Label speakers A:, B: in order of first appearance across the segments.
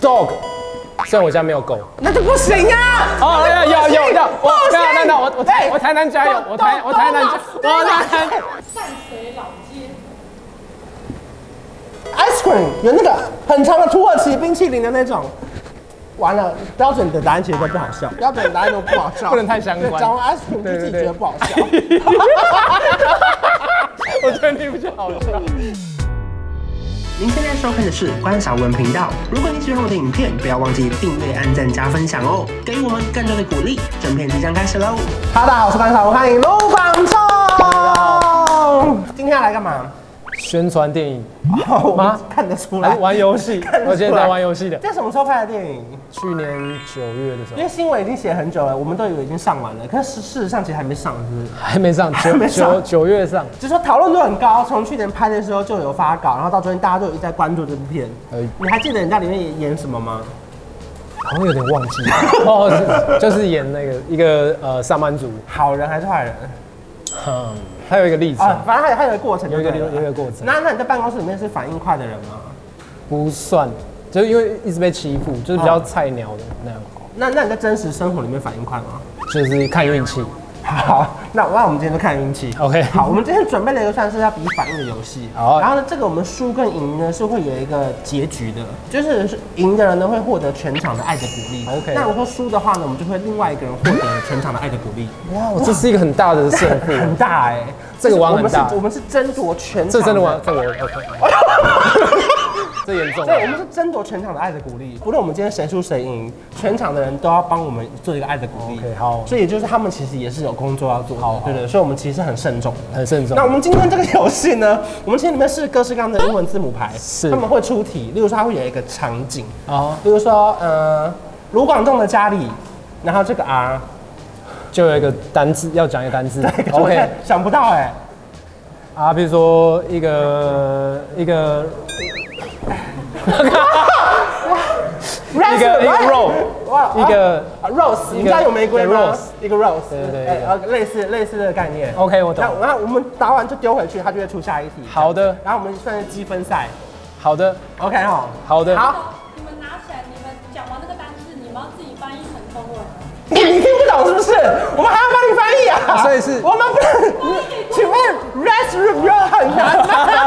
A: dog。虽然我家没有 狗。
B: 那就不行啊！
A: 哦，要要要要，我等等等等，我我台
B: 对
A: 我台南加油，我台我台南，我台南。
C: 淡水老街，
B: ice cream 有那个很长的土耳其冰淇淋的那种。完了，标准的答案其实都不好笑，标准的答案都不好 笑，
A: 不能太相关
B: 对讲完 ice cream 就自己觉得不好 笑。
A: 我觉得你比较好笑。
D: 您现在收看的是关少文频道。如果你喜欢我的影片，不要忘记订阅、按赞、加分享哦，给予我们更多的鼓励。正片即将开始喽！
B: 哈，大家好，我是关少文，欢迎陆广仲。今天要来干嘛？
A: 宣传电影，
B: 我
A: 吗
B: 们看得出来
A: 玩，玩游戏
B: 看得出，来
A: 我今天在玩游戏的。
B: 这什么时候拍的电影？
A: 去年九月的时
B: 因
A: 候
B: 为新闻已经写很久了，我们都以为已经上完了，可是事实上其实还没上，是不是？
A: 还没上，
B: 还
A: 九
B: 没上
A: 九九月上，
B: 就说讨论度很高，从去年拍的时候就有发稿，然后到昨天大家都一直在关注这部片。
A: 呃
B: 你还记得你在里面演什么吗？
A: 好像有点 忘记了。哦，是就是演那个一个呃上班族，
B: 好人还是坏人？
A: 嗯，他有一个历程
B: 啊，，反正还有还有一个过程就
A: 有一
B: 对
A: 个
B: 了，
A: 有一个过程
B: 那那你在办公室里面是反应快的人吗？
A: 不算，就是因为一直被欺负，就是比较菜鸟的那样，
B: 那那你在真实生活里面反应快吗？
A: 就是看运气。
B: 好，那那我们今天就看运气。
A: OK
B: 好，我们今天准备了一个算是要比反应的游戏。
A: 好
B: 然后呢，这个我们输跟赢呢是会有一个结局的，就是赢的人呢会获得全场的爱的鼓励。
A: OK
B: 那如果说输的话呢，我们就会另外一个人获得全场的爱的鼓 励。
A: 哇， 这是一个很大的胜 负，
B: 很大哎、
A: 这个玩很大
B: 就是我们是我们是争夺全场，
A: 这真的玩，。这我 OK，这严重
B: 对，我
A: 了。
B: 们是争夺全场的爱的鼓励，不论我们今天谁输谁赢，全场的人都要帮我们做一个爱的鼓励。
A: OK，好
B: 所以就是他们其实也是有工作要做的，
A: 好好
B: 对对，所以我们其实很慎重的。
A: 很慎重
B: 那我们今天这个游戏呢， 我们其实里面是各式各样的英文字母牌，
A: 是
B: 他们会出题，例如说它会有一个场景，
A: 哦，
B: 比如说呃卢广仲的家里，然后这个 R，
A: 就有一个单字要讲一个单字
B: 可是我现 在
A: ，OK
B: 想不到哎、
A: 啊，比如说一个一个
B: 一个
A: 一个一个 roll，
B: 哇
A: 一个
B: 哎 rose，你
A: 一个
B: 们家有玫瑰
A: 对
B: 吗
A: ，rose？
B: 一个 rose，
A: 对对对
B: 哎
A: 一个
B: 呃类似类似的概念。
A: OK，我懂
B: 那。那我们答完就丢回去，它就会出下一题。
A: 好的
B: 然后我们算是积分赛
A: 好的，
B: ，OK 哈。
A: 好的
B: 好，
C: 好，你们拿起来，你们讲完那个单字，你们要自己翻译成中文。
B: 你你听不懂是不是？我们还要帮你翻译啊。
A: 所以是
B: 我们不能，请问 rest room 很难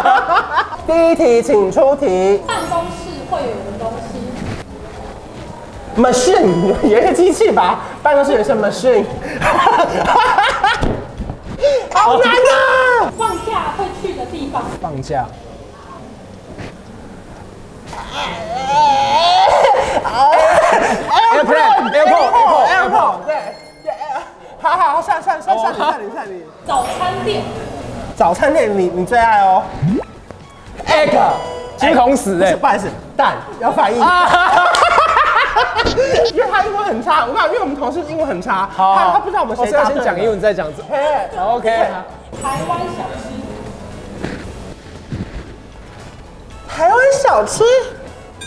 B: 吗？第一题，请出题。
C: 办公室会有的东西，
B: machine 也是机器吧？办公室也是 machine。好难啊！
C: 放假会去的地方，
A: 放假，Airplane，airport，airport，
B: airport，对对。好好，好算算算算你算你算你。
C: 早餐店，
B: 早餐店你你最爱哦，egg，
A: 金童死
B: 不
A: 哎、啊
B: 是不好意思，蛋要反应。 因为他英文很差，我跟你讲，因为我们同事英文很差，
A: 好
B: 他他不知道我们
A: 哦
B: 谁
A: 是要
B: 答
A: 先
B: 对
A: 讲
B: 了
A: 英。文再讲中
B: 嘿
A: 好，OK，好
C: 台湾小吃，
B: 台湾小吃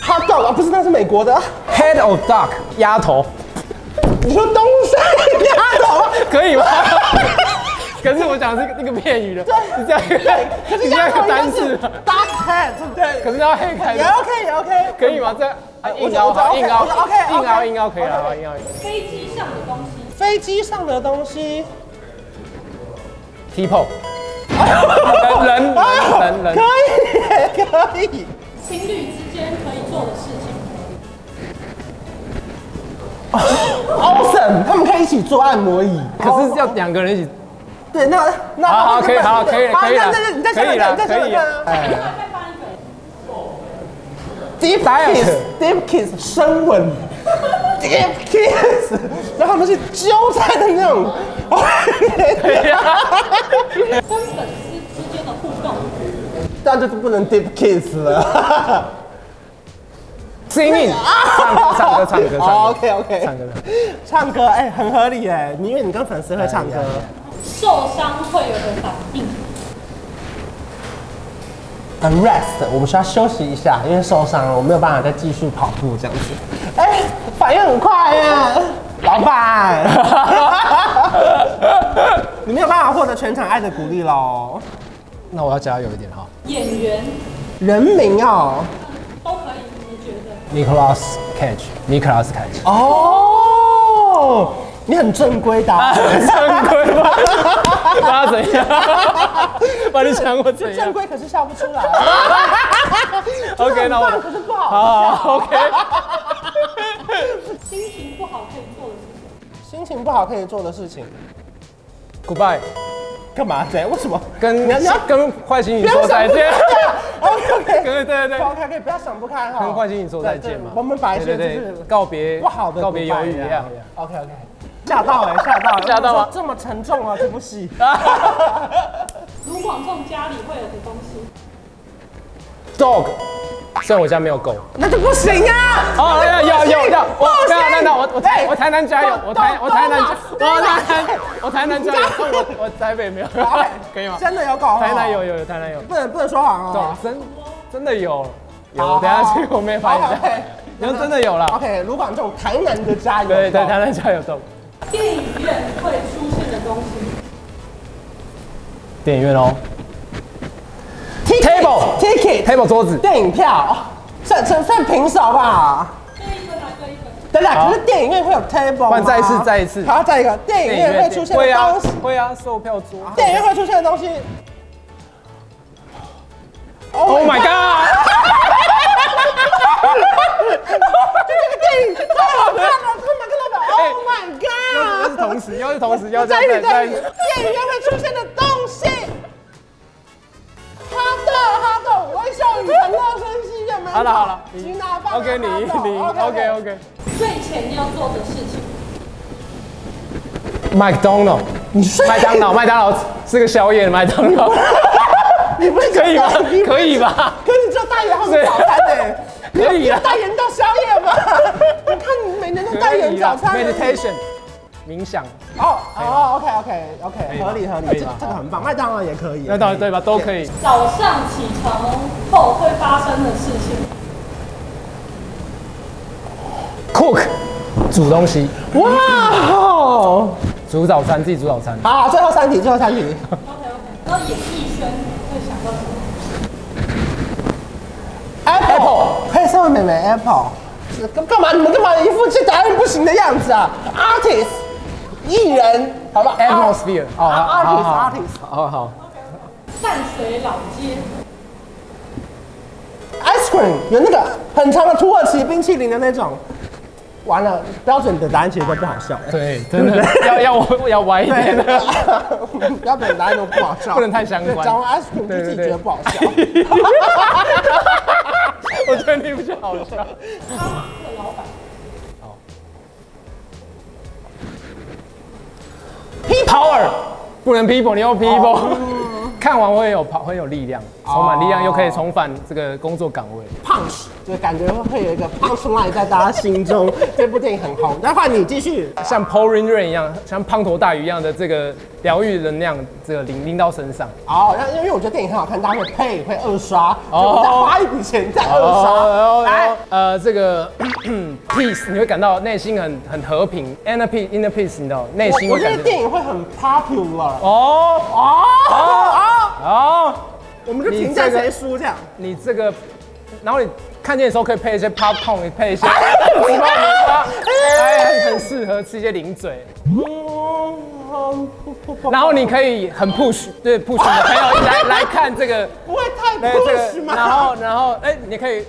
B: ，hot dog 啊不是，那是美国的。
A: ，head of duck 鸭头，
B: 你说东山鸭头 吗？
A: 可 以吗？可是我讲的是一个片语的，你这样一个，
B: 哎可是
A: 你这样一
B: 鸭头
A: 个
B: 应该
A: 单
B: 是
A: 字，
B: duck head，对不对？
A: 可是要 head 开
B: 也
A: 头，
B: OK 也 OK，
A: 可以吗？这样
B: 哎我
A: 硬凹
B: 我觉得
A: 好，硬凹
B: 我觉得
A: 硬
B: OK，OK，
A: 凹硬凹可以了，
B: OK，OK
A: 好硬凹。
C: 飞机上的东西，
B: 飞机上的东西，
A: people 人人人人
B: 啊
A: 人，
B: 可以可以。
C: 情侣之间可以做的事情，
B: Awesome，他们可以一起做按摩椅。
A: 可是要两个人一起，
B: 对，那那
A: 好好可以好可以了可以了哎
B: 那那你再想想看，你再想想看啊。
C: 另外再翻一个，
B: Deep
A: 哎
B: kiss，deep kiss，深吻。Deep kiss，然后他们是纠缠的那种。
C: 跟粉丝之间的互动，
B: 但就是不能 deep kiss 了。
A: singing 唱歌唱歌唱歌唱歌
B: 哦 OK OK，
A: 唱歌唱歌
B: 唱歌，哎，很合理哎，你因为你跟粉丝会唱歌。
A: 哎
C: 受伤会有的反应，
B: 很 rest，我们需要休息一下，因为受伤了，我没有办法再继续跑步这样子。哎、反应很快耶，老 板，你没有办法获得全场爱的鼓励喽。
A: 那我要加油一点哈。
C: 演员
B: 人名哦，
C: 都可以，你们觉得？
A: Nicholas Cage，Nicholas Cage，
B: 哦，你很正规的 啊、
A: 正规吧？把他怎样？把你想我怎
B: 正
A: 样
B: 规可是笑不 出来啊，
A: ？OK，那
B: 棒
A: 我
B: 可是不好。
A: 好 OK。
C: 心情不好可以做的事情，
B: 心情不好可以做的事情，
A: Goodbye，
B: 干嘛？对，为什么？
A: 跟
B: 你要你要
A: 跟坏心宇说再见。
B: OK OK，
A: 对对对
B: ，OK OK，不要想不开哈。
A: 跟坏心宇说再见嘛
B: 对对。我们把
A: 对
B: 一些就
A: 对
B: 是
A: 对告别
B: 不好的
A: 告别
B: goodbye 啊
A: 犹豫一
B: 这
A: 样。。
B: OK OK，吓到 哎，吓到欸，
A: 吓到吗
B: 我说这么沉重啊，这部戏。
C: 卢广仲家里会有的东西，
A: Dog，虽然我家没有狗。
B: 那就不行啊！
A: 哦，要要要要，我
B: 不行
A: 等等等，我我台
B: 哎
A: 我台南加油，我台
B: 都
A: 我台南
B: 都
A: 我台南我台南加 油，我我台北没有， 可以吗？
B: 真的哦有搞，
A: 台南有，有有台南有，
B: 不能不能说
A: 哦
B: 谎哦。
A: 真真的有
B: 好
A: 有，等一下
B: 好
A: 去我妹翻一
B: 好
A: 下
B: ，OK，
A: 你说真的有啦
B: OK，卢广仲，台南的加油！
A: 对对，台南加油 Dog，
C: 电影院会出现的东西，
A: 电影院哦
B: Ticket-
A: Table
B: ticket
A: ，table 桌子，
B: 电影票，算算算平手吧。
C: 这一个拿这一个，
B: 等等，
A: 好
B: 可是电影院会有 table
A: 不
B: 吗
A: 然再一次再一次
B: 好，再一个，电影院会出现
A: 会
B: 的
A: 啊
B: 东西，
A: 会啊，售票桌
B: 电影院会出现的东西。
A: ，Oh my god！
B: 这个电影太好看了，这个麦克老板
A: 哎
B: ，Oh my
A: 要
B: god！
A: 是同时，要是同时，要这
B: 在
A: 样
B: 你
A: 再
B: 在
A: 一
B: 你
A: 次。
B: 电影院会出现的东西。哈豆哈豆，微笑与承诺深吸的门。
A: 好了好了你
B: 吉拿棒。
A: OK，你你 OK OK。
C: 睡前要做的事情，
A: 麦当劳，
B: 你睡
A: 麦当劳，麦当劳是个宵夜的麦当劳，
B: 你不是
A: 可以吗
B: 你不是？
A: 可以吧？
B: 可你就代言他们早餐呢？
A: 可
B: 你
A: 以
B: 有
A: 啊。
B: 代言到宵夜吗？你看你每年都代言早餐。
A: 可以啦 meditation 冥想，
B: 哦哦，OK OK OK，
A: 吧
B: 合理合理，
A: 可以
B: 这
A: 吧
B: 这个很棒，麦当劳也可以。
A: 那当然对吧？都可以。
C: 早上起床后会发生的事情，
A: Cook 煮东西，
B: 哇哦！
A: 煮早餐，自己煮早餐。
B: 好，最后三题，最后三题。
C: OK OK，然后演艺圈会想到什么？
B: Apple，黑社会妹妹 Apple，是干干嘛？你们干嘛一副这答案不行的样子啊？Artist，艺人，好吧
A: Atmosphere，
B: 哦
A: 好好好
B: ，Artist，Artist，
A: 好好。
C: 淡水老街，
B: Ice cream 有那个很长的土耳其冰淇淋的那种。完了，标准的答案其实都不好 笑。
A: 对，真的要要我要歪一点的。
B: 对， 标准答案都不好笑，
A: 不能太相关
B: 对讲完 ice cream 就
A: 对
B: 自
A: 对
B: 己
A: 对
B: 觉得不好 笑。
A: 我觉得你不是好笑。
C: 阿马克老板，
A: Power 不能 people，你要 people。看
B: 哦
A: 完会有跑，会有力量，充满力量，又可以重返这个工作岗位。
B: punch，就感觉会有一个 punch line 在大家 心中。这部电影很红，但换你继续。
A: 像 pouring rain 一样，像滂沱大雨一样的这个疗愈能量，这个淋淋到身上。
B: 哦，那因为我觉得电影很好看，大家会配会二刷，
A: 哦
B: 所以我们再花一笔钱再二刷。哎来，
A: 呃，这个 peace，你会感到内心很很和平，inner peace inner peace，你知道，内心
B: 我我
A: 会哎
B: 觉
A: 感觉到。
B: 得电影会很 popular。
A: 哦
B: 哦哦，
A: 哦，
B: 我们就评价
A: 你这个
B: 谁输这样。
A: 你这个，然后你看电影的时候可以配一些 popcorn，你 配一些，哎，很适合吃一些零嘴。
B: 哦
A: 然后你可以很 push，对 push 你的朋友来来看这个，
B: 不会太
A: 来
B: push 吗？
A: 然 后然后哎、你可以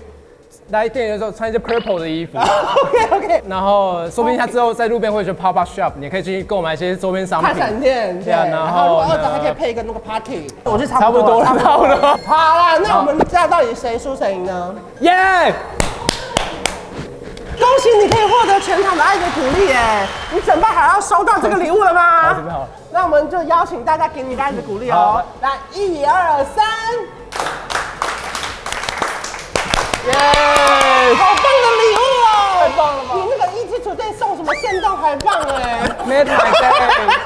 A: 来电影的时候穿一些 purple 的衣服，
B: OK OK，
A: 然后说不定他之后在路边会去 pop up shop，你可以去购买一些周边商
B: 看
A: 品。
B: 闪电，对。
A: 对啊然
B: 然
A: 后
B: 后如果二
A: 呢
B: 战还可以配一个那个 party，我觉得
A: 差
B: 差
A: 不
B: 不
A: 多
B: 多
A: 了，差不多。
B: 好啦，那我们知道到底谁输谁赢呢？
A: 耶、
B: 恭喜你可以获得全场的爱的鼓励耶！你准备好要收到这个礼物了
A: 好
B: 吗？
A: 准备好了
B: 那我们就邀请大家给你的爱的鼓励哦。来，一二三，
A: 耶、
B: 好棒的礼物哦！
A: 太棒了吧
B: 你那个一起组队送什么限动还棒哎！
A: m a d e my day。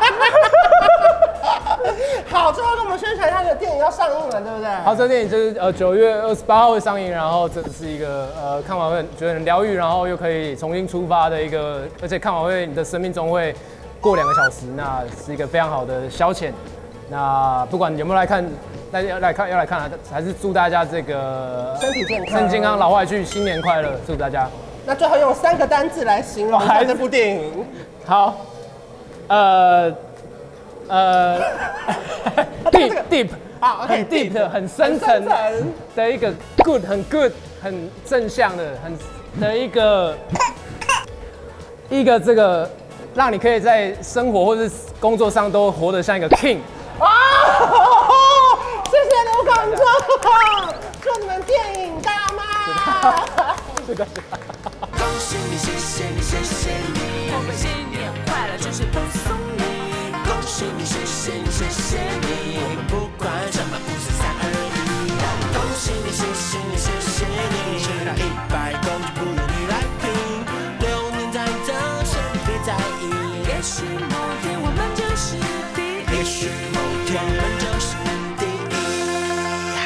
B: 好，最后跟我们宣传一下，你的电影要上映了，对不对？
A: 好，这电影就是呃九月二十八号会上映，然后这是一个呃看完会很觉得很疗愈，然后又可以重新出发的一个，而且看完会你的生命中会过两个小时，那是一个非常好的消遣。那不管有没有来看，大家要来看要来看啊，还是祝大家这个
B: 身体健康
A: 身体健康，老外去，新年快乐，祝大家
B: 那最后用三个单字来形容一下这部电影。
A: 好，呃 呃
B: 这
A: ，deep
B: 个
A: deep
B: 好，OK，
A: 很啊 deep 的很深
B: 很
A: 层
B: 深层
A: 的一个 good 很 good 很正向的很的一个一个这个让你可以在生活或是工作上都活得像一个 king。
B: 啊！ 谢谢刘广仲，祝你们电影大卖！
E: 恭喜你，谢谢你，谢谢你，我们新年快乐，就是恭送你。恭喜你，谢谢你，谢谢你，我们不